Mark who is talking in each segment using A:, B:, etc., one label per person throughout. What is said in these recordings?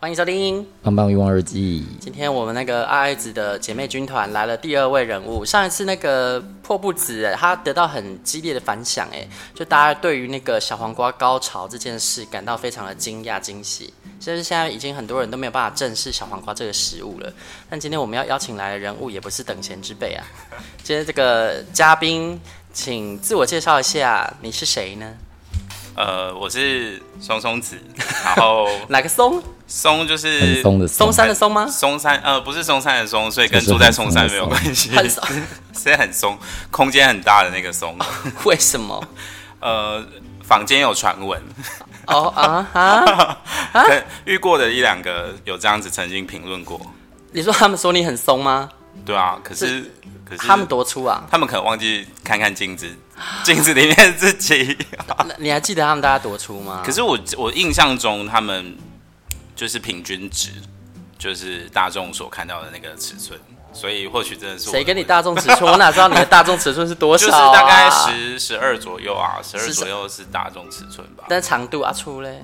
A: 欢迎收听，
B: 棒棒欲望日记，
A: 今天我们那个爱爱子的姐妹军团来了第二位人物。上一次那个破布子，哎他得到很激烈的反响，哎，就大家对于那个小黄瓜高潮这件事感到非常的惊讶惊喜。甚至现在已经很多人都没有办法正视小黄瓜这个食物了。但今天我们要邀请来的人物也不是等闲之辈啊。今天这个嘉宾，请自我介绍一下，你是谁呢？
C: 呃，我是松松子，然后
A: 哪个松？
C: 松就
B: 很
C: 是
B: 松的松
A: 松，山的松吗？
C: 松山，呃，不是松山的松，所以跟
B: 就是
C: 住在
B: 很
C: 松
B: 松
C: 山
B: 的
C: 没有
B: 松
C: 关系，
A: 很松
C: 是很松，空间很大的那个松。
A: 为什么？
C: 呃，坊间有传闻，
A: 哦啊 啊！
C: 可能遇过的一两个有这样子曾经评论过，
A: 你说他们说你很松吗？
C: 对啊，可是可是
A: 他们多粗啊？
C: 他们可能忘记看看镜子，镜子里面自己。
A: 那你还记得他们大家多粗吗？
C: 可是我我印象中他们就是平均值，就是大众所看到的那个尺寸，所以或许真的是我的
A: 谁跟你
C: 问题
A: 大众尺寸？我哪知道你的大众尺寸是多
C: 就是
A: 少、啊？
C: 大概。十十二左右啊，十二
A: 是
C: 左右是大众尺寸吧。
A: 但长度啊粗嘞，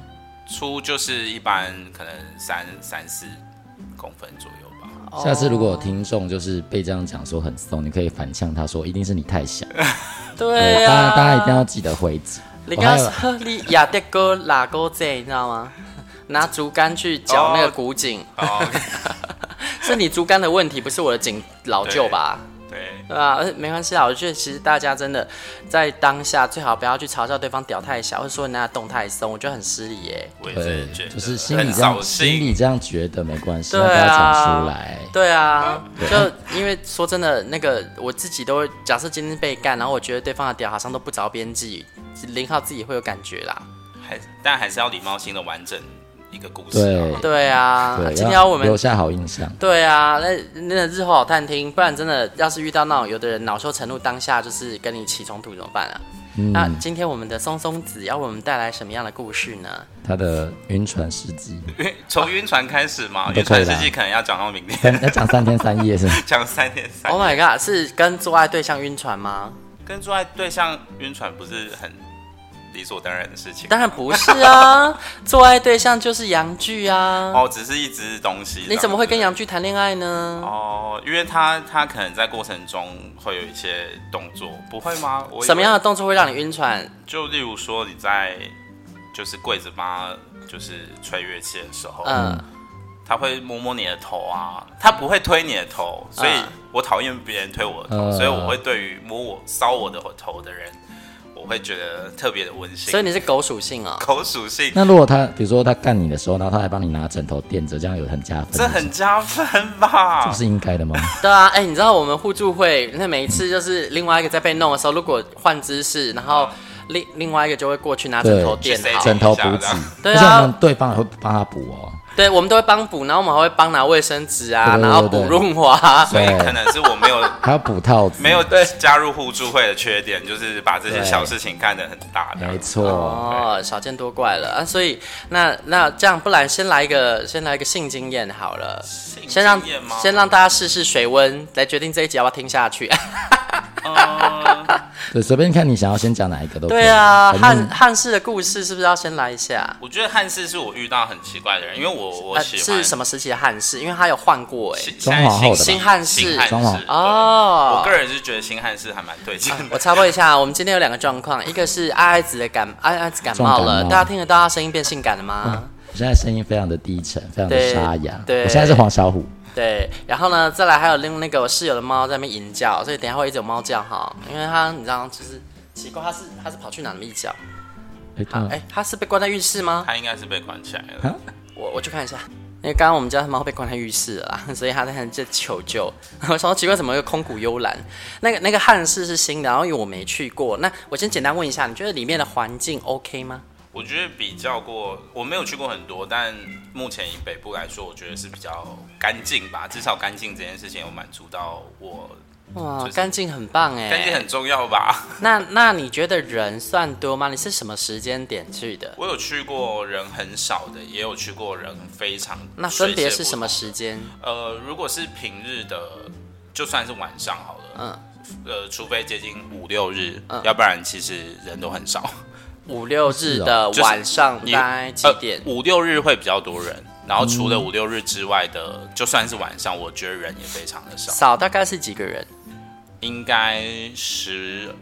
C: 粗就是一般可能三三四公分左右吧。
B: 下次如果有听众就是被这样讲说很松，你可以反呛他说一定是你太小。
A: 对
B: 哦大家
A: 啊，
B: 大家一定要记得回击。
A: 你
B: 我
A: 刚刚
B: 还有
A: 说你亚德哥拉勾贼，你知道吗？ 拿竹竿去绞那个古井，
C: 哦，
A: 是你竹竿的问题，不是我的井老旧吧？
C: 对，
A: 对吧？而且没关系啊，我觉得其实大家真的在当下最好不要去嘲笑对方屌太小，或者说人家动太松，我觉得很失礼耶。
C: 我也
B: 对
C: 是觉，得
B: 就是心里
C: 很
B: 这
C: 扫
B: 样，心里
C: 兴。
B: 这样觉得没关系，
A: 对
B: 要不要
A: 啊
B: 讲出来？
A: 对啊，就因为说真的，那个我自己都会，假设今天被干，然后我觉得对方的屌好像都不着边际，零号自己会有感觉啦。
C: 还但还是要礼貌性的完整一个故事
B: 对
C: 啊。
A: 对啊，
B: 对，
A: 今天要我
B: 留
A: 们。
B: 下好印象。
A: 对啊，那那日后好探听，不然真的要是遇到那种有的人恼羞成怒，当下就是跟你起冲突怎么办啊？那今天我们的松松子要为我们带来什么样的故事呢？
B: 他的晕船事迹，
C: 对，从晕船开始嘛，
B: 都
C: 晕船
B: 可以
C: 世
B: 啦
C: 纪可能要讲到明天，
B: 三要讲三天三夜是 吗
C: 讲三天三夜。
A: Oh my god，是跟做爱对象晕船吗？
C: 跟做爱对象晕船不是很理所当然的事情。
A: 当然不是啊， 做爱对象就是洋剧啊。
C: 哦，只是一只东西。
A: 你怎么会跟
C: 这样子
A: 洋剧谈恋爱呢？
C: 哦，因为他他可能在过程中会有一些动作，不会吗？我以为
A: 什么样的？动作会让你晕船？
C: 就例如说你在就是跪着帮他就是吹乐器的时候，
A: 嗯，
C: 他会摸摸你的头啊，他不会推你的头，所以
A: 嗯
C: 我讨厌别人推我的头，
B: 嗯
C: 所以我会对于摸我搔我的头的人，我会觉得特别的温馨。
A: 所以你是狗属性哦。
C: 口属性，
B: 那如果他，比如说他干你的时候，然后他还帮你拿枕头垫着，这样有很加分。
C: 这很加分吧？
B: 这不是应该的吗？
A: 对啊，哎、你知道我们互助会，那每一次就是另外一个在被弄的时候，如果换姿势，然后另另外一个就会过去拿枕头
B: 对
A: 垫好
C: 嗯去，
B: 枕头补给，
A: 对啊
B: 而且我们对方也会帮他补哦。
A: 对，我们都会帮补，然后我们还会帮拿卫生纸啊，
B: 对对对
A: 然后补润滑，
C: 所以
B: 对
C: 可能是我没有
B: 还要补套子，
C: 没有加入互助会的缺点，就是把这些小事情看得很大的。
B: 没错。
A: 哦，少见多怪了啊！所以那那这样，不然先来一个先来一个性经验好了，
C: 性
A: 先让
C: 经验吗
A: 先让大家试试水温，来决定这一集要不要听下去。
B: 对，随便看你想要先讲哪一个都可以。
A: 对啊，
B: 反
A: 汉
B: 正
A: 汉室的故事是不是要先来一下？
C: 我觉得汉室是我遇到很奇怪的人，因为我我
A: 呃，
C: 喜欢、
A: 是什么时期的汉室？因为他有换过哎、
C: 新？
B: 装
C: 现在
B: 潢后的吧
A: 新汉室
C: 新汉
B: 装潢
C: 室
A: 哦
C: 对
A: 啊
C: 我个人是觉得新汉室还蛮对劲的。
A: 我插 播一下，我们今天有两个状况，一个是阿爱子的感阿爱子感冒
B: 重
A: 了，
B: 感冒嗯
A: 大家听得到她声音变性感了吗？
B: 我现在声音非常的低沉，非常的
A: 对
B: 沙哑。
A: 对
B: 我现在是黄小虎，
A: 对，然后呢，再来还有另那个我室友的猫在那边吟叫，所以等一下会一直有猫叫哈，因为它你知道就是奇怪，它是它是跑去哪里一脚？
B: 哎
A: 好，哎、它是被关在浴室吗？
C: 他应该是被关起来了。
A: 我我去看一下，因为刚刚我们家的猫被关在浴室了啦， 所以它在那在求救。 我想到奇怪，怎么有空谷幽兰？那个那个汉室是新的，然后因为我没去过，那我先简单问一下，你觉得里面的环境 OK 吗？
C: 我觉得比较过，我没有去过很多，但目前以北部来说，我觉得是比较干净吧。至少干净这件事情有满足到我，
A: 哇
C: 就，是
A: 干净很棒哎，
C: 干净很重要吧。
A: 那那你觉得人算多吗？你是什么时间点去的？
C: 我有去过人很少的，也有去过人非常。
A: 那分别是什么？时间？
C: 呃，如果是平日的，就算是晚上好了。
A: 嗯，
C: 呃，除非接近五六日，
A: 嗯
C: 要不然其实人都很少。
A: 五六日
B: 是哦
A: 的
C: 就是
A: 晚上大
C: 你
A: 概几点嗯
C: 呃？五六日会比较多人，然后除了五六日之外的，就算是晚上，我觉得人也非常的少，
A: 少大概是几个人？。
C: 应该十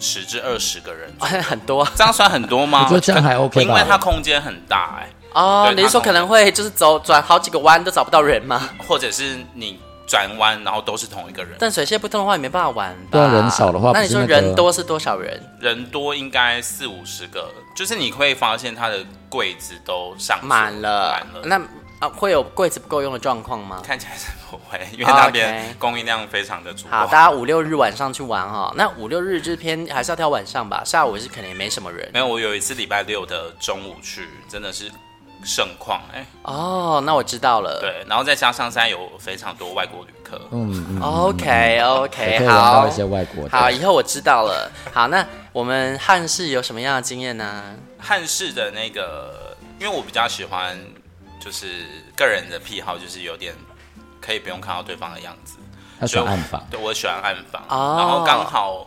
C: 十至二十个人
A: 很多啊
C: 这样算很多吗？
B: 我觉得这样还 OK 吧
C: 因为它空间很大哎、
A: 哦。
C: 对
A: 你是说可能会就是走转好几个弯都找不到人吗？
C: 或者是你转弯然后都是同一个人，
A: 淡水蟹不通的话也没办法玩吧？
B: 对啊人少的话
A: 那你
B: 不是
A: 说
B: 那个
A: 人多是多少人？
C: 人多应该四五十个，就是你会发现它的柜子都上锁
A: 满了
C: 满，了，
A: 那啊会有柜子不够用的状况吗？
C: 看起来是不会，因为
A: 哦
C: 那
A: OK
C: 边供应量非常的足够。
A: 好，大家五六日晚上去玩哈、那五六日就是偏还是要挑晚上吧，下午是可能也没什么人
C: 没有，我有一次礼拜六的中午去，真的是盛况哎、
A: 哦。那我知道了。
C: 对，然后再加上现在有非常多外国旅客，
B: 嗯嗯，
C: 哦
A: OK
B: 也
A: OK，
B: 可
C: 哎
B: 以玩到
A: 好
B: 一，些外国的。
A: 好，以后我知道了。好，那我们汉室有什么样的经验呢？
C: 汉式的那个，因为我比较喜欢，就是个人的癖好，就是有点可以不用看到对方的样子，
B: 他喜欢暗访，
C: 对我喜欢暗房，
A: 哦
C: 然后刚好。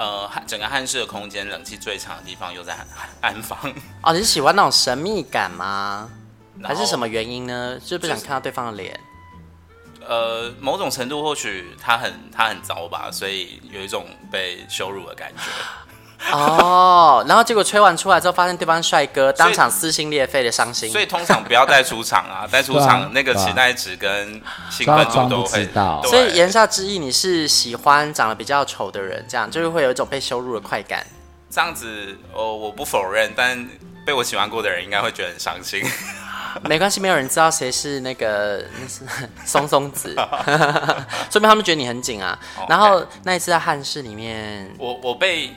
C: 呃，汉整个汉室的空间，冷气最强的地方又在汉暗 房，
A: 哦，你是喜欢那种神秘感吗？
C: 然
A: 还
C: 后
A: 是什么？原因呢？就是不想看到对方的脸。
C: 呃，某种程度或许他很他很糟吧，所以有一种被羞辱的感觉。
A: 哦，然后结果吹完出来之后，发现对方是帅哥，当场撕心裂肺的伤心
C: 所。以通常不要带出场啊，带出
B: 对啊
C: 场那个期待值跟兴奋度都会
B: 装不知道
C: 对
A: 所以言下之意，你是喜欢长得比较丑的人，这样就是会有一种被羞辱的快 感。
C: 这样子，哦，我不否认，但被我喜欢过的人应该会觉得很伤心。
A: 没关系，没有人知道谁是那个那是松松 子，说明他们觉得你很紧啊。
C: 哦
A: 然后那一次在汉室里面，
C: 我我被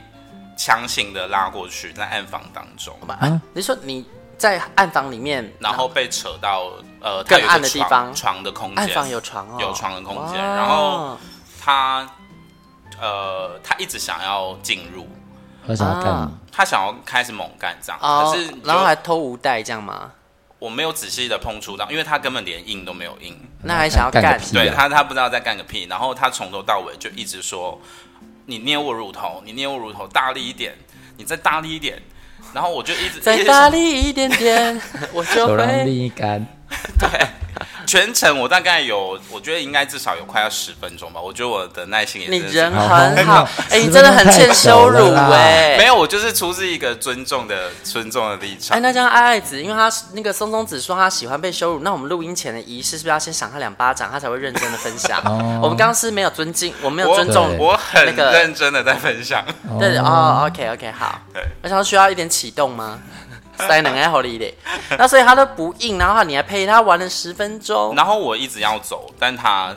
C: 强行的拉过去，在暗房当中，
B: 啊
A: 你说你在暗房里面，
C: 然后被扯到呃
A: 更
C: 它有一个
A: 暗的地
C: 床
A: 方
C: 床的空间，
A: 暗房有床哦，
C: 有床的空间，
A: 哇
C: 然后他呃他一直想要进入，
B: 他想要干嘛？
C: 他想要开始猛干这样，
A: 哦
C: 可是，
A: 然后
C: 就
A: 还偷无带这样吗？
C: 我没有仔细的碰触到，因为他根本连印都没有印。
A: 那还想要
B: 干个
A: 干？
B: 屁
C: 对
B: 啊
C: 他，他不知道在干个屁，然后他从头到尾就一直说：“你捏我乳头，你捏我乳头，大力一点，你再大力一点。”然后我就一直
A: 再
C: 一直
A: 大力一点点， 我就
B: 手让
A: 会。
B: 另一干，
C: 全程我大概有，我觉得应该至少有快要十分钟吧。我觉得我的耐心也
A: 你
C: 真的是
A: 人
B: 好
A: 很好
B: 好，
A: 哎、你
B: 十
A: 真的
B: 分
A: 很
B: 钟太
A: 欠羞
B: 久了
A: 辱
B: 啦
A: 哎、
C: 没有，我就是出自一个尊重的尊重的立场。
A: 哎，那这样爱爱子，因为他那个松松子说他喜欢被羞辱，那我们录音前的仪式是不是要先赏他两巴掌，他才会认真的分享？
B: 哦
A: 我们刚刚是没有尊敬，我没有
C: 我
A: 尊重
B: 对
C: 我很
A: 那个
C: 认真的在分享。
A: 对哦，OK OK，好
C: 对。
A: 我想说需要一点启动吗？ 塞能爱好力的，那所以他都不应，然后你还陪他玩了十分钟。
C: 然后我一直要走，但他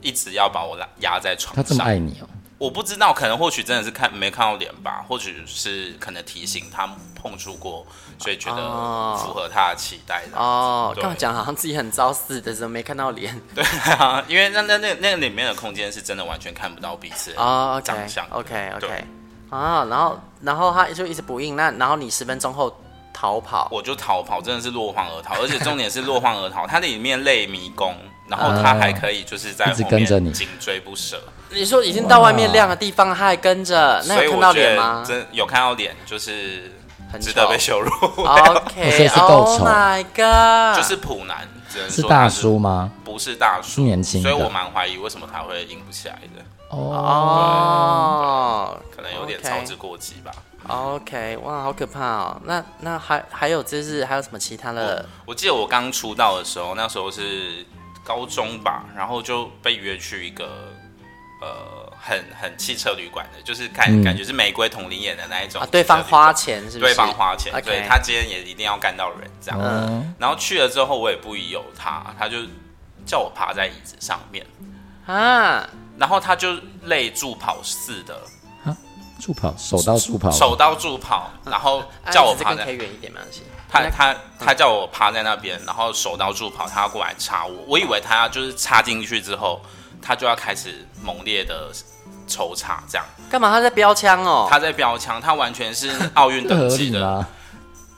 C: 一直要把我拉压在床
B: 他这么
C: 上。
B: 爱你哦，
C: 我不知道，可能或许真的是看没看到脸吧，或许是可能提醒他碰触过，所以觉得
A: 哦
C: 符合他的期待的。
A: 哦，
C: 对
A: 刚讲好像自己很糟似的，怎么没看到脸？
C: 对啊，因为那那那那个里面的空间是真的完全看不到彼此
A: 哦
C: 长相。
A: ，OK，OK，OK，、
C: 对
A: 啊，然后然后他就一直不应，那然后你十分钟后逃跑，
C: 我就逃跑，真的是落荒而逃，而且重点是落荒而 逃，它里面泪迷宫，然后他还可以就是在
B: 嗯一直
C: 后
B: 跟着
C: 面
B: 你
C: 紧追不舍，
A: 你说已经到外面亮的地方，他还跟着，那
C: 所以
A: 有看
C: 我
A: 到
C: 觉
A: 脸
C: 得
A: 吗？
C: 真有看到脸，就是
A: 很
C: 值得
A: 丑
C: 被羞辱，
B: 哦所
A: OK，
B: 以是够
A: Oh
B: 丑
A: my God，
C: 就是普男，只能
B: 是
C: 说
B: 大
C: 他是
B: 叔吗？
C: 不是大叔，
B: 是年轻的
C: 所以我蛮怀疑为什么他会硬不起来的，
B: 哦，
A: 哦，
C: 可能有点
A: OK
C: 操之过急吧。
A: 哦 OK，哇，好可怕哦！那那还还有就是还有什么其他的
C: 我记得我刚出道的时候，那时候是高中吧，然后就被约去一个呃很很汽车旅馆的，就是感、感觉是玫瑰同林演的那一种
A: 啊，
C: 汽车
A: 嗯对方
C: 旅馆
A: 花钱是不是？
C: 对方花钱
A: OK 嗯
C: 所以他今天也一定要干到人这样。
B: 哦，
C: 然后去了之后，我也不疑有他，他就叫我趴在椅子上面，
A: 啊，
C: 然后他就累助跑似的，
B: 助跑，手到助跑，
C: 手刀助跑，然后叫我趴
A: 更可
C: 在
A: 以哦啊远一点没关系。
C: 他他
A: 嗯
C: 他叫我趴在那边，然后手刀助跑，他要过来插我，我以为他就是插进去之后，他就要开始猛烈的抽插这样，
A: 干嘛他在标枪哦？
C: 他在标枪，他完全是奥运
B: 这
C: 等
B: 合
C: 级
B: 理
C: 的
B: 吗？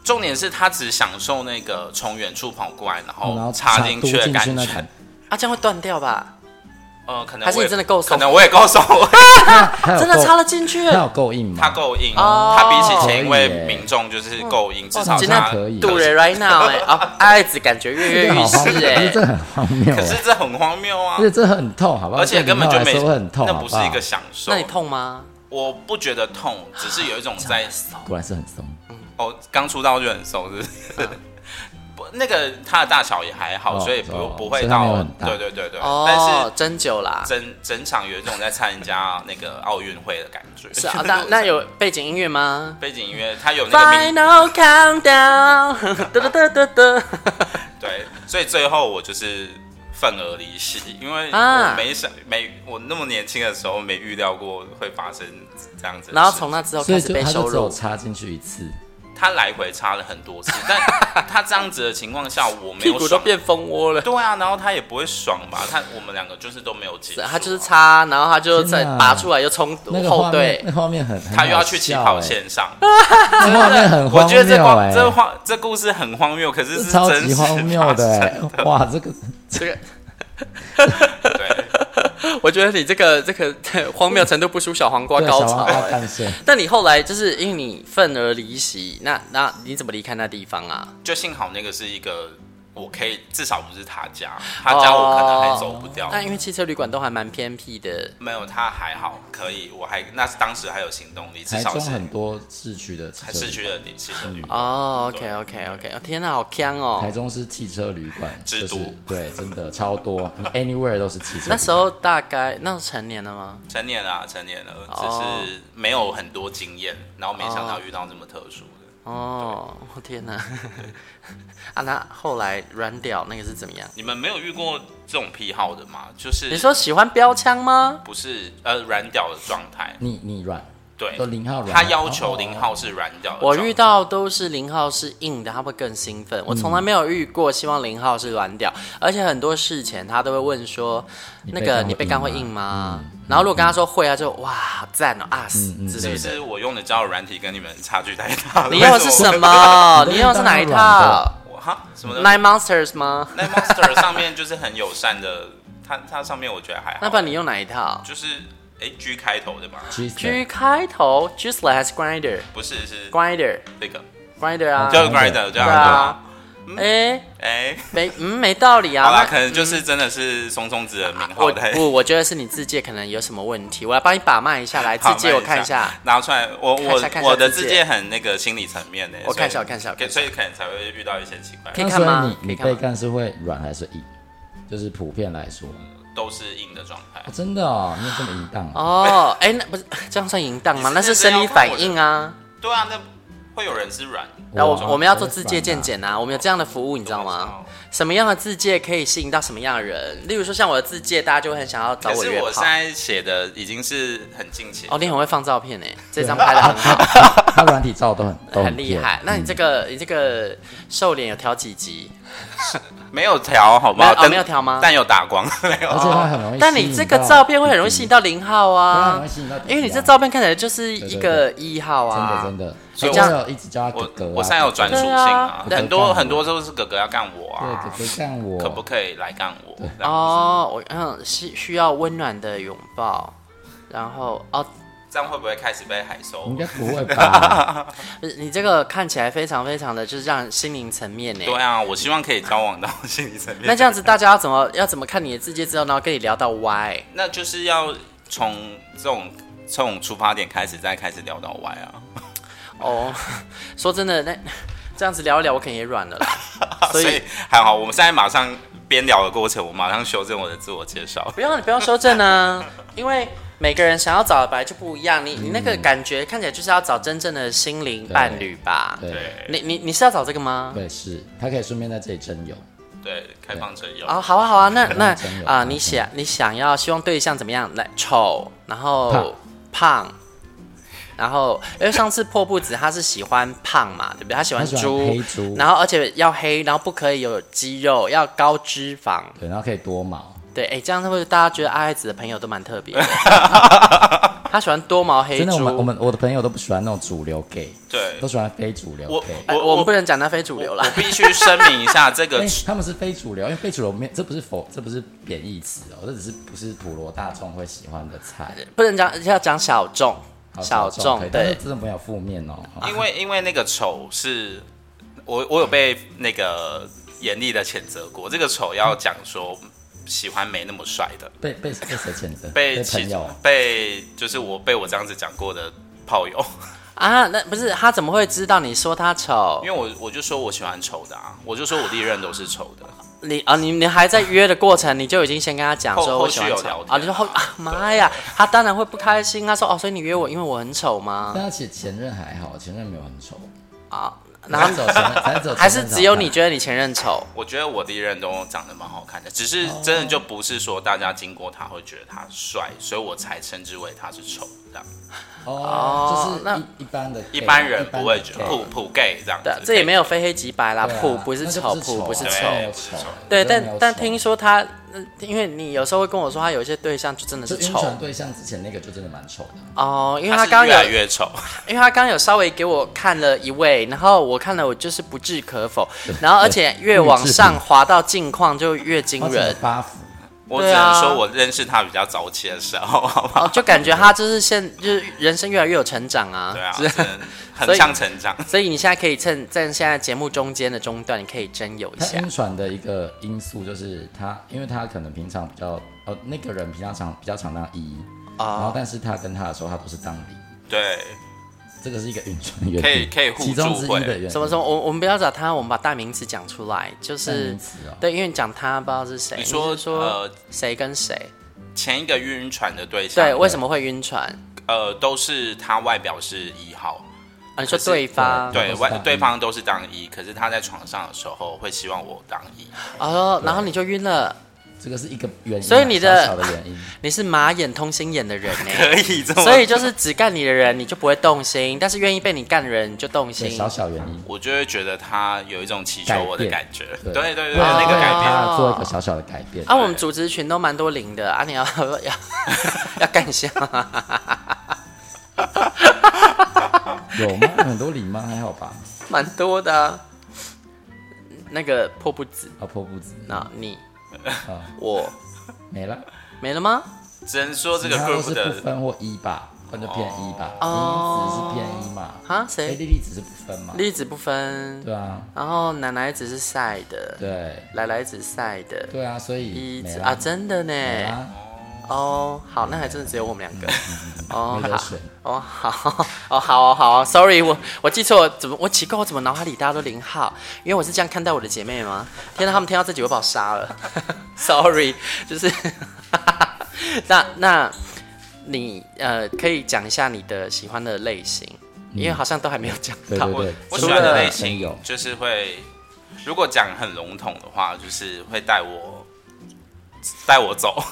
C: 重点是他只享受那个从远处跑过来，然
B: 哦然后
C: 后哦插进
B: 嘟
C: 去的
B: 进
C: 感
B: 去那
C: 觉。
A: 啊，这样会断掉吧？
C: 呃，可能
A: 还是
C: 我也
A: 你真的够
C: 可
A: 松
C: 能我也够 松，
B: 他有
A: 真的
B: 够
A: 插了进去，
B: 他有够硬吗？
C: 他够硬，
A: 哦嗯
C: 他比起前一位
B: 可以耶
C: 民众就是够硬，至
B: 好
C: 少
A: 今
B: 像
C: 他
B: 可
A: 天
B: 以
A: 堵人 right now 哎、啊， 爱子感觉跃跃
B: 这
A: 欲
B: 好荒
A: 试
B: 谬，
A: 哎、
B: 这很荒谬
C: 可是
B: 欸，
C: 这很荒谬啊
B: 而！且这很痛，好不好？
C: 而且根本就
B: 对
C: 没
B: 你们来说会很痛，
C: 那
B: 好
C: 不是
B: 好
C: 一个享受。
A: 那你痛吗？
C: 我不觉得痛，
A: 啊
C: 只是有一种在
B: 果然是很松，
C: 哦，刚出道就很松，是
A: 啊
C: 不是？ 不，那个它的大小也还好，
B: 哦
C: 所以不
B: 哦
C: 不
B: 所
C: 会
B: 以它没有
C: 到
B: 很大
C: 对对对对，但
A: 哦
C: 是，
A: 针灸啦，
C: 整整场有一种在参加那个奥运会的感觉。
A: 是啊， 那那有背景音乐吗
C: 背景音乐，它有那个名
A: ？Final countdown，得 得得得得，
C: 对，所以最后我就是愤而离席，因为
A: 啊
C: 我没想没我那么年轻的时候没预料过会发生这样子的事。
A: 然后从那之后
B: 所
A: 开
B: 以
A: 始
B: 就
A: 被
B: 他
A: 羞
B: 就只有
A: 辱，
B: 插进去一次，
C: 他来回插了很多次，但他这样子的情况下，我没
A: 屁
C: 有
A: 股都
C: 爽。
A: 变蜂窝了。
C: 对啊，然后他也不会爽吧？他我们两个就是都没有结束啊、
A: 他就是插，然后他就再
B: 天哪
A: 拔出来，又冲
B: 那个
A: 后
B: 画面
A: 队，
B: 那画面很，很
C: 哦他又要
B: 好
C: 去起
B: 笑
C: 跑
B: 欸，
C: 线上。
B: 那画面很
C: 我
B: 荒
C: 觉得这
B: 谬
C: 荒
B: 哎，
C: 这荒这故事很荒谬，可是
B: 这
C: 是
B: 超
C: 真
B: 级
C: 实
B: 荒谬的
C: 发
B: 欸
C: 生。，
B: 哇，这个
A: 这个
C: 对，
A: 我觉得你这个这个荒谬程度不输小黄瓜
B: 对小
A: 高潮
B: 王八
A: 欸。
B: 诞生，
A: 但你后来就是因为你愤而离席，那那你怎么离开那地方啊？
C: 就幸好那个是一个。我可以至少不是他家，他家我可能还走不掉。
A: 那因为汽车旅馆都还蛮偏僻的，
C: 没有，他还好，可以，我还那是当时还有行动力，至
B: 台
C: 少
B: 中
C: 是
B: 很多市区的汽
C: 还
B: 车
C: 市
B: 旅
C: 区的地市的旅
A: 哦，OK OK OK，哦天哪，好呛
B: 台
A: 哦！
B: 中是汽车旅馆
C: 之
B: 就是
C: 都
B: 对，真的超多，anywhere 都是汽车旅馆。
A: 那时候大概那时候成年了吗？
C: 成年了啊、成年了，
A: 哦
C: 只是没有很多经验，然后没想到遇到这么特殊的。
A: 哦，我天哪！ 啊，那后来软屌那个是怎么样？
C: 你们没有遇过这种癖好的吗？就是
A: 你说喜欢标枪吗？
C: 不是呃软屌的状态，
B: 你你软，
C: 对
B: 都，零号软，
C: 他要求
B: 哦
C: 零，号是软屌的状
A: 我
C: 态，
A: 遇到嗯都是零号是硬的，他会更兴奋。我从来没有遇过，希望零号是软屌，而且很多事前他都会问说，那个你
B: 你
A: 被
B: 被
A: 干
B: 干
A: 会
B: 会
A: 硬
B: 硬
A: 吗？嗯然后如果跟他说会，他就哇赞哦啊死之类
C: 其
A: 的。
C: 实我用的交友软体跟你们差距太大了。
A: 你用的是
C: 为
A: 什么？你用的是哪一
B: 当然
A: 套
B: 的
C: 我？我哈什么那
A: ？Nine Monsters 吗？
C: 那 Monster 上面就是很友善的，它它上面我觉得还好。
A: 那不然你用哪一套
C: 就是哎 G 开头的嘛，
B: 其实
A: ？G 开头 g i s l e 还是 Grinder
C: 不是是
A: Grinder
C: 这个
A: Grinder 啊？
C: 就是 grinder 这
A: 对
C: 样子吗
A: 啊。哎，
C: 哎，
A: 没嗯没道理啊。
C: 好啦，
A: 那
C: 可能就是真的是松松子的名
A: 我
C: 号在
A: 不，我觉得是你自介可能有什么问题，我来帮你把脉一下，来自介我看一下。
C: 拿出来。我
A: 看一
C: 我
A: 下看一下
C: 我的
A: 字
C: 字
A: 界
C: 界很那个心理层面的，
A: 我哦看一下
C: 所以
A: 我看一下我看一下
C: 所以可能才会遇到一些奇怪的，
A: 可以
B: 那
A: 看
B: 所以
A: 吗可
B: 你
A: 以
B: 你
A: 看吗
B: 被干是会软还是硬？就是普遍来说，
C: 都是硬的状态
B: 哦。真的哦，你有这么淫荡啊？
A: 哦，哎，那不是这样算淫荡吗？
C: 你
A: 那是
C: 是不是
A: 生理
C: 要看
A: 反
C: 我的
A: 应啊。
C: 对啊，那会有人是软，
A: 然后
B: 哇
A: 我我们要做
B: 我会
A: 自介
B: 软
A: 健
B: 啊
A: 检啊，我们有这样的服务，你知道
C: 我
A: 吗？？什么样的自介可以吸引到什么样的人？例如说像我的自介，大家就会很想要找
C: 可
A: 我
C: 是
A: 约
C: 我
A: 炮
C: 现。在写的已经是很近期
A: 哦，你很会放照片呢，这张拍的很 好，
B: 他软体照都很 嗯都
A: 很厉
B: 偏
A: 害。那你这个你这个瘦脸有调几级？
C: 没有调，好不
A: 没
C: 好
A: 有哦？
C: 但
A: 没有调吗
C: 但有打光， 没有
B: 而且它很容
A: 哦
B: 易吸引到，
A: 但你这个照片会很容易吸引到零号
B: 对很
A: 啊
B: 容易，吸引到弟弟啊，
A: 因为你这照片看起来就是一个一号
B: 真
A: 啊。
B: 的真的，
C: 所以
B: 我
C: 我
B: 有一直叫他哥
C: 我
B: 哥啊，
C: 我现在有专属性啊，
B: 对啊
C: 很多
B: 对
C: 很多都是哥哥要干我
B: 对
C: 啊
B: 哥，哥干我，
C: 可不可以来干我？这样
A: 哦，我嗯是需要温暖的拥抱，然后哦，
C: 这样会不会开始被海收
B: 应？该不会吧？
A: 不是你这个看起来非常非常的，就是让人心灵层面呢。
C: 对啊，我希望可以交往到心理层面。
A: 那这样子，大家要怎么要怎么看你的字节之后，然后跟你聊到 Y？
C: 那就是要从这种这种出发点开始，再开始聊到歪啊。
A: 哦， 说真的，那这样子聊一聊，我可能也软了啦。所以
C: 还好，我们现在马上边聊的过程，我马上修正我的自我介绍。
A: 不用，你不用修正啊， 因为每个人想要找的本来就不一样。你
C: 嗯
A: 你那个感觉看起来就是要找真正的心灵伴侣吧？
B: 对
C: 对
A: 你你你是要找这个吗？
B: 对是，他可以顺便在这里征友，
C: 对，开放真友。
A: 哦，好啊，好啊，那那
B: 真有
A: 啊、
B: 真
A: 你
B: 有
A: 想你想要希望对象怎么样？来，丑，然后胖，然后因为上次破布子他是喜欢胖嘛，对不对？他喜欢
B: 他喜欢
A: 猪，
B: 黑猪
A: 然后而且要黑，然后不可以有肌肉，要高脂肪。
B: 对，然后可以多毛，
A: 对，哎，这样会不会大家觉得阿爱子的朋友都蛮特 别的？他喜欢多毛黑
B: 真的我
A: 猪，
B: 们我们我的朋友都不喜欢那种主流 gay，
C: 对
B: 都喜欢非主流
C: 我
B: gay。
A: 哎
C: 我
A: 我们不能讲他非主流啦
C: 我。必须声明一下，这个
B: 哎、他们是非主流，因为非主流没，这不是否，这不是贬义词哦，这只是不是普罗大众会喜欢的菜。
A: 不能讲要讲小众，
B: 好
A: 小
B: 哦众可以，但是
A: 对，
B: 真的没有负面哦。
A: 哎啊
C: 因为因为那个丑是，我我有被那个严厉的谴责过。这个丑要讲说喜欢没那么帅的，
B: 被被被谁谴责？
C: 被其
B: 朋友。啊
C: 被就是我被我这样子讲过的炮友，
A: 啊，那不是他怎么会知道你说他丑
C: 因？为我我就说我喜欢丑的啊，我就说我历任都是丑的，
A: 你啊，你你还在约的过程，你就已经先跟他讲
C: 后
A: 说
C: 后
A: 我
C: 续
A: 喜欢
C: 有
A: 丑
C: 聊
A: 啊，
C: 天
A: 你说后
C: 啊
A: 啊妈呀，他当然会不开心。他说哦，所以你约我，因为我很丑
C: 啊
A: 吗？
B: 但他前前任还好，前任没有很丑，
A: 啊，然
B: 然后
A: 后
B: 走前任，反正走前任
A: 还是只有你
B: 好
A: 觉得你前任丑
C: 我觉得我历任都长得蛮好看的，只是
A: 哦
C: 真的就不是说大家经过他会觉得他帅，所以我才称之为他是丑这样。
B: 看哦，就是
A: 那
B: 一一般的 gay，
C: 一般人
B: 一
C: 不会觉
B: 的
C: 得普普 gay 这样子
A: 的，，这也没
C: 有
A: 有非黑即白啦，
B: gay 对啊
A: 普不是
B: 那就
A: 丑，
B: 丑
A: 普
B: 啊，
A: 不是
C: 对
A: 丑。
C: 丑
B: 丑，
A: 对，
B: 真的没
A: 但
B: 有
A: 但
B: 丑
A: 听说他，呃因为你有时候会跟我说他有一些对象就真的
B: 就是晕
A: 丑
B: 船对象之前那个就真的蛮丑的，
A: 哦，因为
C: 他
A: 他
C: 是
A: 刚刚
C: 越来
A: 有
C: 越 丑。
A: 因为他刚刚有稍微给我看了一位，然后我看了我就是不置可否，然后而且越 往上滑到近况就越惊人，
B: 八幅，
C: 我只
A: 对啊
C: 能说我认识他比较早期的时候，好不
A: 哦，
C: 好？
A: 就感觉他就是现就是人生越来越有成长啊，
C: 对啊，
A: 是
C: 只能
A: 所
C: 很
A: 以
C: 像成长。
A: 所以你现在可以趁趁现在节目中间的中段，你可以真有一
B: 他
A: 下
B: 晕船的一个因素就是他，因为他可能平常比较呃，那个人平常常比较常当一，然后
A: 哦，
B: 但是他跟他的时候他都是当零，
C: 对，
B: 这个是一个晕船的原因，
C: 可以可以互
B: 其中
C: 助
B: 之一
C: 会
B: 的原因。
A: 什么什么，我我们不要找他，我们把大名词讲出来，就是
B: 名词哦
A: 对，因为你讲他不知道是谁，
C: 你
A: 说
C: 说
A: 说
C: 呃
A: 谁跟谁，
C: 前一个晕船的对象，
A: 对，为什么会晕船？
C: 呃，都是他外表是一号，
A: 啊，你说
C: 可是
A: 对方，
C: 对
B: 都是
C: 外
B: 当一
C: 对
A: 嗯
C: 方都是当一，可是他在床上的时候会希望我当 一，
A: 哦，然后你就晕了。
B: 这个是一个原因啊，
A: 所以你的
B: 小小的原因，
A: 你是马眼通心眼的人呢、
C: 可以这么。
A: 所以就是只干你的人，你就不会动心；但是愿意被你干的人，你就动
B: 对，
A: 心。
B: 小小原因，
C: 我就会觉得他有一种祈求我的
B: 改
C: 感觉，
B: 对
C: 对对对，
A: 哦
C: 那个改变。
B: 他啊做一个小小的改变
A: 啊，。我们组织群都蛮多零的啊，你要 要要干一下 吗
B: 有吗？很多零吗？还好吧。
A: 蛮多的啊、那个破布子，
B: 啊，破布子
A: 那你
B: 啊
A: 我
B: 没了，
A: 没了吗？
C: 只能说这个
B: 其他都
C: group
B: 是不
C: 的
B: 分或一吧，或者偏一吧，
A: 哦
B: 一只是偏一嘛。
A: 啊，
B: 哎，
A: 谁
B: 莉莉只是不分嘛。
A: 粒子不分，
B: 对啊，
A: 然后奶奶子是晒的，
B: 对
A: 奶奶子晒的，
B: 对啊，所以
A: 一
B: 没
A: 子
B: 了
A: 啊，真的呢。
B: 没啦
A: 哦，好，那还真的只有我们两个。哦，
B: 没得选
A: 好，哦， 好，哦，好哦，好哦，sorry，我我记错，了，怎么我奇怪，我怎么脑海里大家都零号？因为我是这样看待我的姐妹吗？天哪，他们听到这集会把我杀了，sorry，就是， 那那你呃，可以讲一下你的喜欢的类型，因为好像都还没有讲
B: 嗯对
A: 到。
B: 对
C: 我
B: 对，
C: 我
A: 除
C: 喜欢的
A: 了
C: 类
B: 真有
C: 型就是会，如果讲很笼统的话，就是会带我带我走。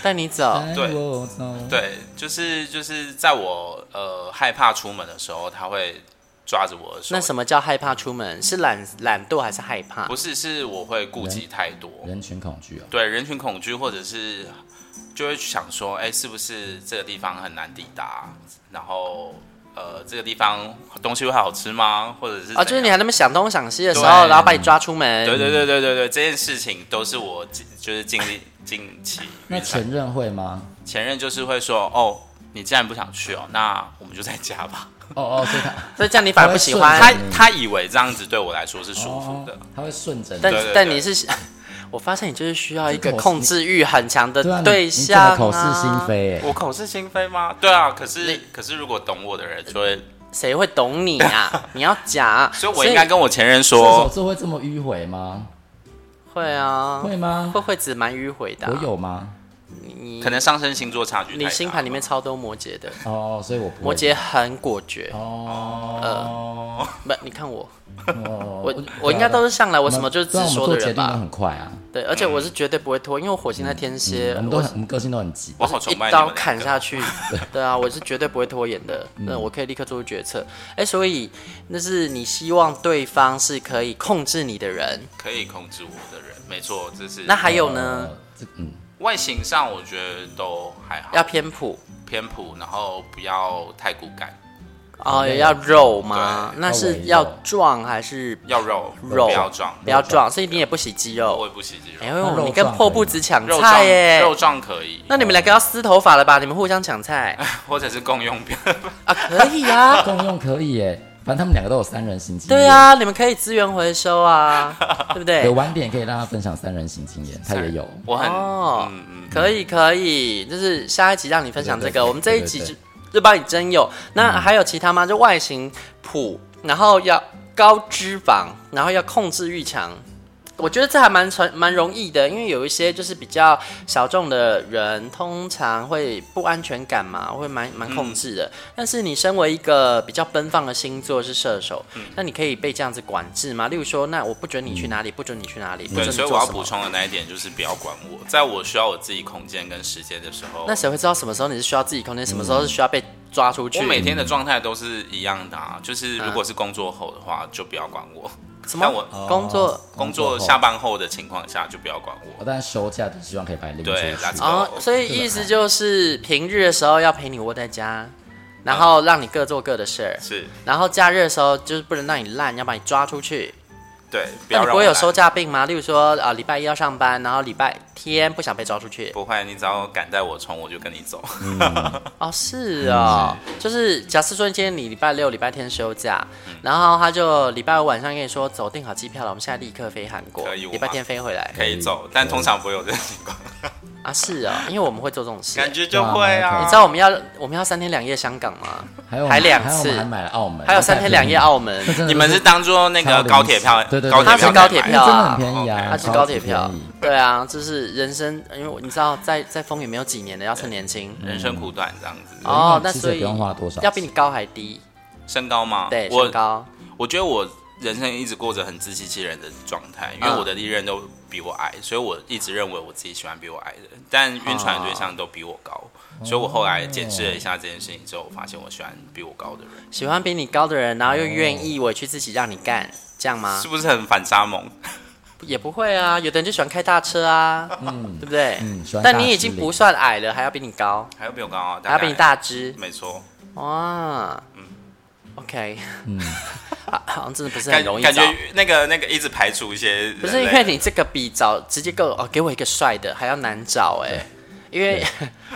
A: 带你走，
C: 对
B: 对，
C: 对，就是就是在我呃害怕出门的时候，他会抓着我的手。
A: 那什
C: 么？
A: 么叫害怕出门？是懒懒惰还是害怕？
C: 不是，是我会顾及太多，
B: 人群恐惧哦。
C: 对人群恐惧，或者是就会想说，哎、是不是这个地方很难抵达？然后呃，这个地方东西会好吃吗？或者是
A: 哦，就是
C: 怎
A: 你
C: 样
A: 还那么想东想西的时候，
C: 对
A: 然后把你抓出门。
C: 对对对对对对，这件事情都是我尽就是尽力近期
B: 那前任会吗？
C: 前任就是会说，哦，你既然不想去哦，那我们就在家 吧。
B: 哦哦，所以他
A: 所以这样你反而不喜欢
B: 他
C: 他
B: 会嗯
C: 他以为这样子对我来说是舒服的
B: 哦，，他会顺着你。
A: 但
C: 对对
A: 但
C: 对
A: 你是，我发现你就是需要一个
B: 这口是
A: 控制欲很强的
B: 对啊，你
A: 对
B: 你真的
A: 象
B: 口是心
A: 啊。
B: 非哎。
C: 我口是心非吗？对啊，可是
A: 你
C: 可是如果懂我的人就会，
A: 谁会懂你啊？你要讲，
C: 所以我应该跟我前任
B: 射手
C: 说，
B: 座会这么迂回吗？
A: 会啊，
B: 会吗
A: 会？会子蛮迂回的啊、
B: 我有吗？
A: 你
C: 可能上升星座差距太大
A: 你星盘里面超多摩羯的，
B: 哦，所以我不会
A: 摩羯很果决。
B: 哦，
A: 不，你看我，
B: 我
A: 我我应该都是上来，我什么就是直
B: 对啊
A: 说
B: 我
A: 的
B: 们做决
A: 人
B: 定都
A: 吧。
B: 很快啊，
A: 对，而且我是绝对不会拖，因为我火星在天蝎，
B: 嗯我们都
A: 我
B: 很我们个性都很急。
C: 我好崇拜
A: 一
C: 你们
A: 刀
C: 两个
A: 砍下 去。对啊，我是绝对不会拖延的，
C: 嗯
A: 那我可以立刻做出决策。哎，所以那是你希望对方是可以控制你的人，
C: 可以控制我的人，没错，这是
A: 那还有呢，
B: 呃，这嗯，
C: 外形上我觉得都还好，
A: 要偏朴
C: 偏朴，然后不要太骨感，
A: 哦，也要肉吗？
C: 对
A: 那是
B: 要
A: 要
B: 微肉
A: 壮还是
C: 要肉，
A: 肉
C: 不要壮，
A: 不要壮？所以你也不洗鸡
C: 我
A: 肉，
C: 也不喜这
A: 哎
C: 种。
A: 呦，
B: 肉
A: 你跟
B: 壮
A: 破
B: 可以
A: 布子抢
C: 肉
A: 菜耶！
C: 壮，肉壮可以，
A: 那你们两个要撕头发了吧？你们互相抢菜
C: 或者是共用标，
A: 啊？可以啊，
B: 共用可以耶，反正他们两个都有三人行经验。
A: 对，啊，你们可以资源回收啊，对不
B: 有
A: 对？
B: 晚点可以让他分享三人行经验，他也有。
C: 我很，
A: 哦
C: 嗯嗯，
A: 可以可以，就是下一集让你分享这
B: 对对
A: 个，
B: 对
A: 我们这一集
B: 对
A: 就
B: 对
A: 就帮你征友。
C: 嗯
A: 那还有其他吗？就外形普，然后要高脂肪，然后要控制欲强。我觉得这还蛮传蛮容易的，因为有一些就是比较小众的人，通常会不安全感嘛，会蛮蛮控制
C: 嗯
A: 的。但是你身为一个比较奔放的星座是射手，
C: 嗯
A: 那你可以被这样子管制吗？例如说，那我不准你去哪里，不准你去哪里，不准
C: 对，
A: 你做
C: 所以我要
A: 什
C: 补
A: 么。
C: 充的那一点就是不要管我，在我需要我自己空间跟时间的时候，
A: 那谁会知道什么时候你是需要自己空间，什么时候是需要被抓出去？
C: 嗯我每天的状态都是一样的啊，就是如
A: 嗯
C: 果是工作后的话，就不要管我；
A: 什么
C: 但我
A: 工作？
C: 工作下班后的情况下，就不要管
B: 我
C: 我。
B: 但休假就希望可以把你拎出
C: 对
B: 去。
C: ，that's
A: 哦，所以意思就是平日的时候要陪你窝在家，然后让你各做各的事儿，
C: 是
A: 然后假日的时候就是不能让你烂，要把你抓出去。
C: 对，不
A: 那
C: 要
A: 你
C: 让
A: 不
C: 我
A: 会有
C: 来
A: 休假病吗？例如说啊，呃礼、拜一要上班，然后礼拜天不想被抓出去。
C: 不会，你只要敢带我冲，我就跟你走。
A: 哦，是哦，
C: 嗯
A: 就是假设说今天你礼拜六、礼拜天休假，
C: 嗯
A: 然后他就礼拜五晚上跟你说走，订好机票了，我们现在立刻飞韩国，
C: 可以我
A: 礼拜
C: 马
A: 天飞回来
C: 可以走，但通常不会有这种情况，
A: 啊？是哦，因为我们会做这种事。
C: 感觉就会
B: 对
C: 啊。
A: 你知道我们要我们要三天两夜香港吗？
B: 还有
A: 还两
B: 还有我
A: 次
B: 们还买了澳门，
A: 还有三天两夜澳 门，
C: 你们是当做那个高铁票，
B: 对对对
C: 高铁
A: 它
C: 票
A: 是高铁票
B: 真的
A: 啊
B: 很便宜啊，
A: 它是
B: 超
A: 高
B: 级
A: 铁票
B: 便宜。
A: 对啊，就是人生，因为你知道在在风雨没有几年的，要趁年轻。
B: 嗯
C: 人生苦短这样子。
A: 哦，
B: 人
A: 那
B: 其实
A: 所
B: 也
A: 以
B: 不用花多少
A: 要比你高还低，
C: 身高嘛，
A: 对，身
C: 啊我
A: 高。
C: 我觉得我人生一直过着很自欺欺人的状态，因为
A: 嗯
C: 我的历任都比我矮，所以我一直认为我自己喜欢比我矮的人，但晕船的对象都比我高，所以我后来检视了一下这件事情之后，我发现我喜欢比我高的人，
A: 喜欢比你高的人，然后又愿
B: 哦
A: 意委屈自己让你干，这样吗
C: 是？不是很反差萌？
A: 也不会啊，有的人就喜欢开大车啊，对不对？
B: 嗯喜欢
A: 但
B: 大
A: 你已
B: 只
A: 经
B: 脸
A: 不算矮了，还要比你高，
C: 还要比我高啊？
A: 还要比你
C: 概，
A: 大只，
C: 没错，
A: 哇，OK，啊
B: 嗯
A: 好像真的不是
C: 感
A: 很容易
C: 感觉
A: 找。
C: 那个那个一直排除一些，
A: 不是因为。你这个比找直接够哦，给我一个帅的还要难找哎、因为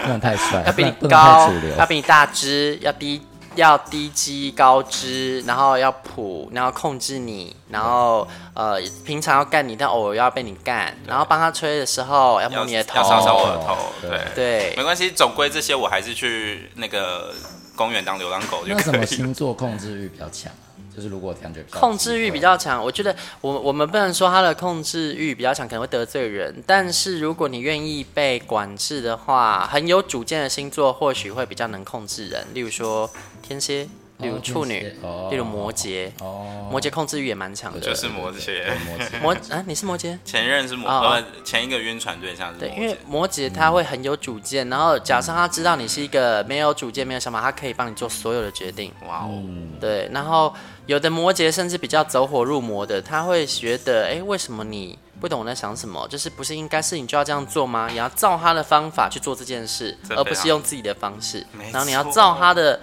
B: 不能太帅，
A: 要比你
B: 不能不能
A: 高
B: 太主流，
A: 要比你大只，要低要低肌高脂，然后要普，然后控制你，然后呃平常要干你，但偶尔要被你干，然后帮他吹的时候要摸
C: 要
A: 你的头，
C: 要烧烧我的头，
B: 哦对
C: 对，
A: 对
C: 没，关系，总归这些我还是去那个公园当流浪狗就
B: 那什
C: 可
B: 么
C: 以了。
B: 星座控制欲比较强啊？就是如果感觉比较
A: 控制欲比较强，我觉得我我们不能说他的控制欲比较强，可能会得罪人。但是
B: 嗯
A: 如果你愿意被管制的话，很有主见的星座或许会比较能控制人，例如说天蝎，例如处
B: 天
A: 女
B: 蝎，哦
A: 例如摩羯。
B: 哦，
A: 摩羯控制欲也蛮强的，
C: 就是摩羯，
B: 摩羯
A: 摩啊，你是摩羯？
C: 前任是摩，
A: 哦哦
C: 呃，前一个晕船对象是
A: 对，
C: 摩
A: 因为
C: 羯，
A: 摩羯他会很有主见，然后假设他知道你是一个没有主见、没有想法，他可以帮你做所有的决定。
C: 哇哦，
B: 嗯
A: 对，然后有的摩羯甚至比较走火入魔的，他会觉得，哎，为什么你不懂我在想什么？就是不是应该是你就要这样做吗？也要照他的方法去做这件事，
C: 这非常
A: 而不是用自己的啊方式
C: 没。
A: 然后你要照他的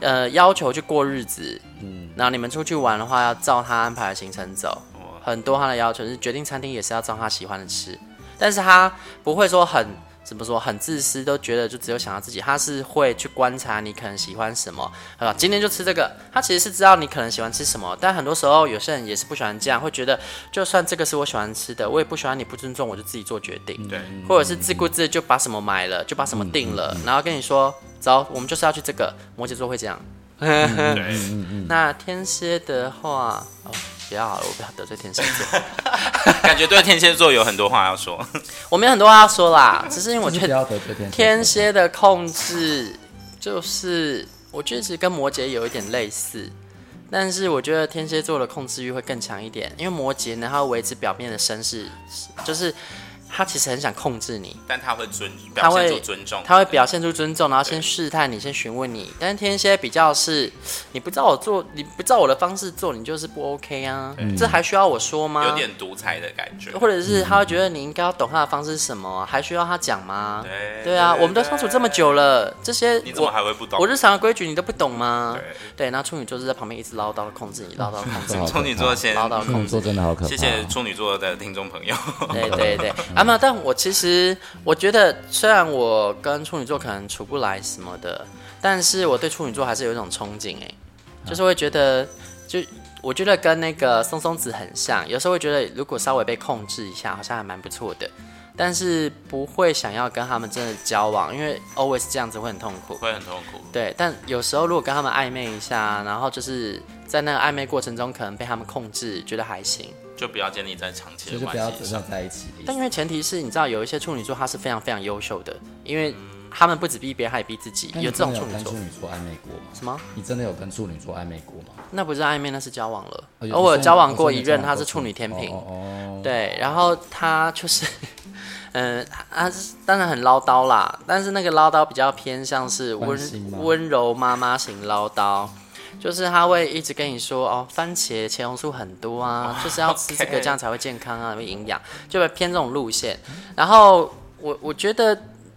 A: 呃要求去过日子。嗯，然后你们出去玩的话，要照他安排的行程走。很多他的要求是决定餐厅也是要照他喜欢的吃，但是他不会说很怎么说很自私，都觉得就只有想到自己，他是会去观察你可能喜欢什么，啊，今天就吃这个，他其实是知道你可能喜欢吃什么，但很多时候有些人也是不喜欢这样，会觉得就算这个是我喜欢吃的，我也不喜欢你不尊重，我就自己做决定，
C: 对，
A: 或者是自顾自就把什么买了，就把什么定了，然后跟你说走，我们就是要去嗯这个，摩羯座会这样。
C: 对，
A: 那天蝎的话，哦，不要好了，我不要得罪天蝎座。
C: 感觉对天蝎座有很多话要说。
A: 我没有很多话要说啦，只是因为 我
B: 就是
A: 觉
B: 不
A: 得
B: 要得罪天
A: 天蝎的控制就是，我觉得其实跟摩羯有一点类似，但是我觉得天蝎座的控制欲会更强一点，因为摩羯呢，它会维持表面的绅士，就是他其实很想控制你，
C: 但他会尊，
A: 他
C: 表现
A: 会
C: 出尊重，
A: 他会表现出尊重，然后先试探你，先询问你。但是天蝎比较是，你不照我做，你不照我的方式做，你就是不 OK 啊，这还需要我说吗？
C: 有点独裁的感觉。
A: 或者是他会觉得你应该要懂他的方式是什么，还需要他讲吗？
C: 对
A: 啊，
C: 哎对
A: 我们都相处这么久了，这些
C: 你怎么
A: 我
C: 还会不懂
A: 我？日常的规矩你都不懂吗？
C: 对
A: 对，那处女座就在旁边一直唠叨的控制你，唠叨地控制你
B: 好可怕。
C: 处女座先，
A: 唠叨
B: 处女嗯座真的好可怕。啊
C: 谢谢处女座的听众朋友。
A: 对对对，啊没有，但我其实我觉得，虽然我跟处女座可能处不来什么的，但是我对处女座还是有一种憧憬哎、就是会觉得，就我觉得跟那个松松子很像，有时候会觉得如果稍微被控制一下，好像还蛮不错的，但是不会想要跟他们真的交往，因为 always 这样子会很痛苦。
C: 会很痛苦，
A: 对，但有时候如果跟他们暧昧一下，然后就是在那个暧昧过程中，可能被他们控制，觉得还行。
B: 嗯
C: 就不要建立在长期
B: 就
C: 的
B: 是不要
C: 关
B: 真
C: 系
B: 的
C: 上。
B: 在一起的意思。
A: 但因为前提是你知道有一些处女座他是非常非常优秀的，因为他们不止逼别人，他也逼自己。
B: 那你
A: 有这种
B: 真
A: 处
B: 的有
A: 女
B: 跟
A: 座
B: 处女座暧昧过吗？
A: 什么？
B: 你真的有跟处女座暧昧过吗？
A: 那不是暧昧，那是交往了。
B: 哦
A: 而我有交往过一
B: 有
A: 任，
B: 交往
A: 他是处女天平，
B: 哦哦，哦
A: 对，然后他就是， 嗯，他是当然很唠叨啦，但是那个唠叨比较偏向是温
B: 关心吗
A: 温柔妈妈型唠叨。就是他会一直跟你说哦，番茄、茄红素很多 啊，就是要吃这个，
C: OK
A: 这样才会健康啊，会营养，就会偏这种路线。然后我我觉得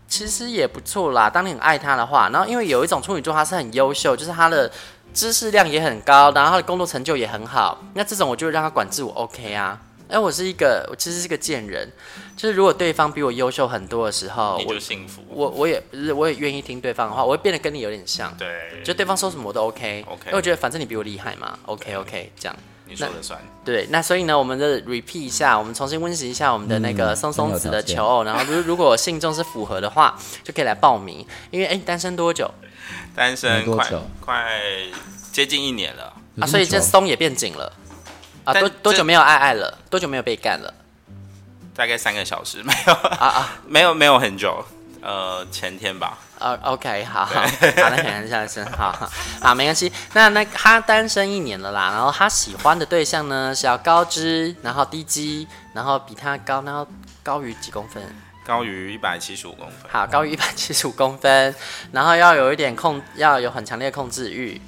A: 其实也不错啦，当你很爱他的话，然后因为有一种处女座他是很优秀，就是他的知识量也很高，然后他的工作成就也很好，那这种我就会让他管制我 OK 啊。哎，我是一个，我其实是个贱人，就是如果对方比我优秀很多的时候
C: 你，
A: 我
C: 就幸福。
A: 我我也不是，我也愿意听对方的话，我会变得跟你有点像。
C: 对，
A: 就对方说什么我都 OK，,
C: OK
A: 因为我觉得反正你比我厉害嘛，OK OK 这样。
C: 你说了算。
A: 对，那所以呢，我们的 repeat 一下，我们重新温习一下我们的那个
B: 嗯
A: 松松子的
B: 真有条件
A: 求偶，然后如 如果信众是符合的话，就可以来报名。因为哎，单身多久
B: 嗯
C: 单身
B: 没多
C: 快
B: 久
C: 快接近一年了，
B: 有
A: 啊？所以
B: 这
A: 这
B: 么久
A: 松也变紧了啊，
C: 但
A: 多
C: 这
A: 多久没有爱爱了？多久没有被干了？
C: 大概三个小时，没有
A: 啊啊
C: 没有没有很久，呃，前天吧。
A: 啊，OK，好，好，那可能单身，好好好，没关系。那那他单身一年了啦，然后他喜欢的对象呢是要高知，然后低肌，然后比他高，然后高于几公分？
C: 高于一百七十五公分，
A: 好，高于一百七十五公分，然后要有一点控，要有很强烈的控制欲。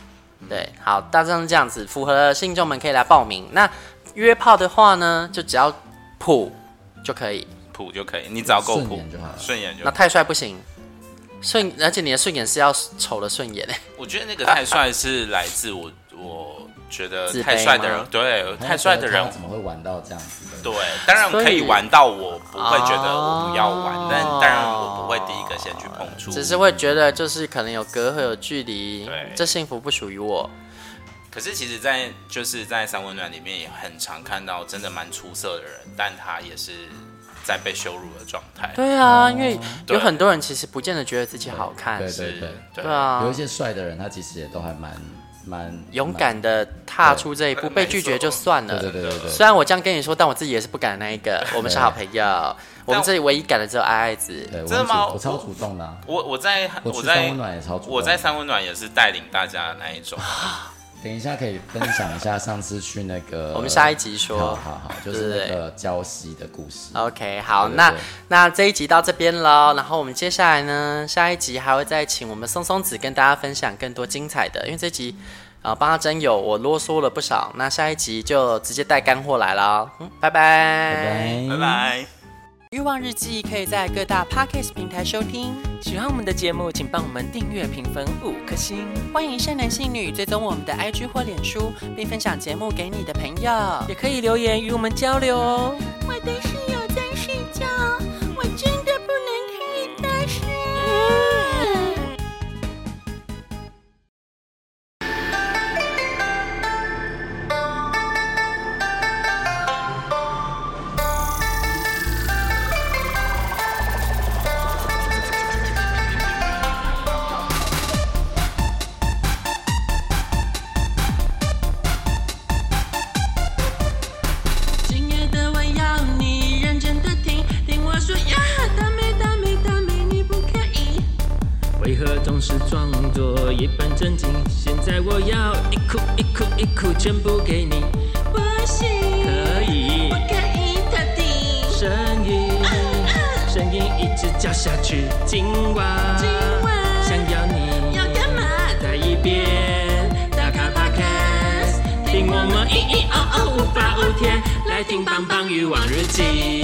A: 对，好，大致上是这样子，符合的信众们可以来报名。那约炮的话呢，就只要普就可以，
C: 普就可以，你只要够
B: 顺
C: 普
B: 眼就好了
C: 顺眼就
A: 那
C: 好。
A: 太帅不行。顺，而且你的顺眼是要丑的顺眼，
C: 我觉得那个太帅是来自我，我觉得
A: 自卑
C: 太帅的人
A: 吗，
C: 对，
B: 他
C: 太帅的人
B: 他，怎么会玩到这样子的？
C: 对，当然
A: 所以
C: 可以玩到我不会觉得
A: 哦
C: 我不要玩，但当然我不会第一个先去碰触，
A: 只是会觉得就是可能有隔阂、有距离
C: 对，
A: 这幸福不属于我。
C: 可是其实在，就是在三温暖里面也很常看到真的蛮出色的人，但他也是在被羞辱的状态。
A: 对啊，因为有
C: 对
A: 很多人其实不见得觉得自己好看，
B: 对
C: 是
B: 对对，
C: 对
A: 对啊，
B: 有一些帅的人，他其实也都还蛮蛮
A: 勇。敢的踏出这一步，
C: 对
A: 被拒绝就算
B: 蛮
A: 了。
B: 对对对对对，
A: 虽然我这样跟你说，但我自己也是不敢的那一个。 我们是好朋友，我们这里唯一敢的只有爱爱子。
B: 对，我
C: 真的
B: 很主
C: 吗
B: 我超主动的啊，
C: 我我在
B: 我去三
C: 在
B: 温暖也超主动。
C: 我在三温暖也是带领大家的那一 种，
B: 等一下可以分享一下上次去那 个，
A: 我们下一集说
B: 好好好，就
A: 对
B: 是
A: 对
B: 那
A: 对
B: 个礁溪的故事。
A: OK，好，
B: 对对
A: 那
B: 对
A: 那这一集到这边喽。然后我们接下来呢，下一集还会再请我们松松子跟大家分享更多精彩的，因为这集啊、呃帮他真友我啰嗦了不少。那下一集就直接带干货来了，嗯，拜
B: 拜拜，
C: 拜拜。
A: 欲望日记可以在各大 Podcast 平台收听，
D: 喜欢我们的节目，请帮我们订阅、评分五颗星。
A: 欢迎善男信女追踪我们的 IG 或脸书，并分享节目给你的朋友。
D: 也可以留言与我们交流哦。
E: 我的室友在睡觉，我真的不能开大声。
F: 做一本正经。现在我要一哭一哭一哭全部给你，
E: 不行，
F: 可以
E: 不可以特地。
F: 声音，声音一直叫下去，今晚，
E: 今晚
F: 想要你，
E: 要干嘛？
F: 再一遍，打卡 podcast，听我们咿咿哦哦无法无天，来听棒棒鱼往日记。